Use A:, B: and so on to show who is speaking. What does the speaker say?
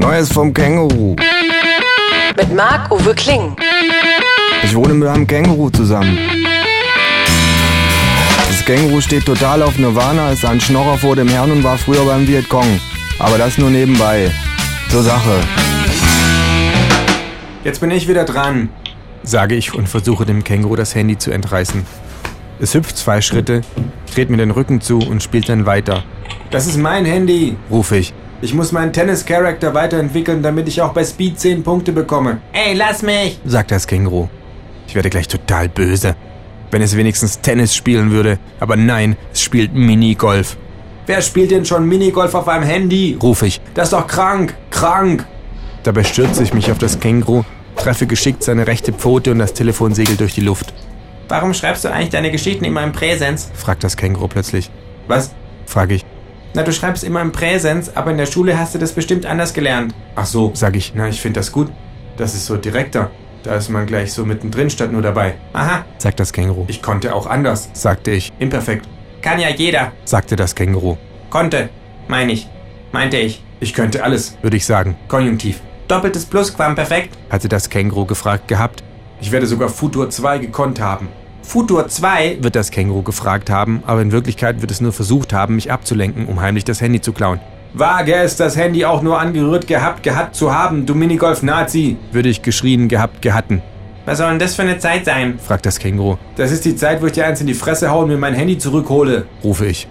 A: Neues vom Känguru.
B: Mit Marc-Uwe Kling.
A: Ich wohne mit einem Känguru zusammen. Das Känguru steht total auf Nirvana, ist ein Schnorrer vor dem Herrn und war früher beim Vietcong. Aber das nur nebenbei. Zur Sache. Jetzt bin ich wieder dran, sage ich und versuche dem Känguru das Handy zu entreißen. Es hüpft zwei Schritte, dreht mir den Rücken zu und spielt dann weiter. Das ist mein Handy, rufe ich. Ich muss meinen Tennis-Charakter weiterentwickeln, damit ich auch bei Speed 10 Punkte bekomme.
C: Ey, lass mich!
A: sagt das Känguru. Ich werde gleich total böse. Wenn es wenigstens Tennis spielen würde, aber nein, es spielt Minigolf. Wer spielt denn schon Minigolf auf einem Handy? rufe ich. Das ist doch krank, krank. Dabei stürze ich mich auf das Känguru, treffe geschickt seine rechte Pfote und das Telefon segelt durch die Luft.
C: Warum schreibst du eigentlich deine Geschichten immer im Präsens?
A: fragt das Känguru plötzlich.
C: Was?
A: frage ich.
C: Na, du schreibst immer im Präsens, aber in der Schule hast du das bestimmt anders gelernt.
A: Ach so, sag ich. Na, ich finde das gut. Das ist so direkter. Da ist man gleich so mittendrin statt nur dabei.
C: Aha,
A: sagt das Känguru. Ich konnte auch anders, sagte ich. Imperfekt,
C: kann ja jeder.
A: sagte das Känguru.
C: Konnte, meine ich. Meinte ich.
A: Ich könnte alles, würde ich sagen. Konjunktiv.
C: Doppeltes Plusquamperfekt.
A: Hatte das Känguru gefragt gehabt. Ich werde sogar Futur 2 gekonnt haben.
C: Futur 2.
A: Wird das Känguru gefragt haben, aber in Wirklichkeit wird es nur versucht haben, mich abzulenken, um heimlich das Handy zu klauen. Wage es, das Handy auch nur angerührt gehabt gehabt zu haben, du Minigolf-Nazi! Würde ich geschrien gehabt gehatten.
C: Was soll denn das für eine Zeit sein?
A: fragt das Känguru. Das ist die Zeit, wo ich dir eins in die Fresse hau und mir mein Handy zurückhole, rufe ich.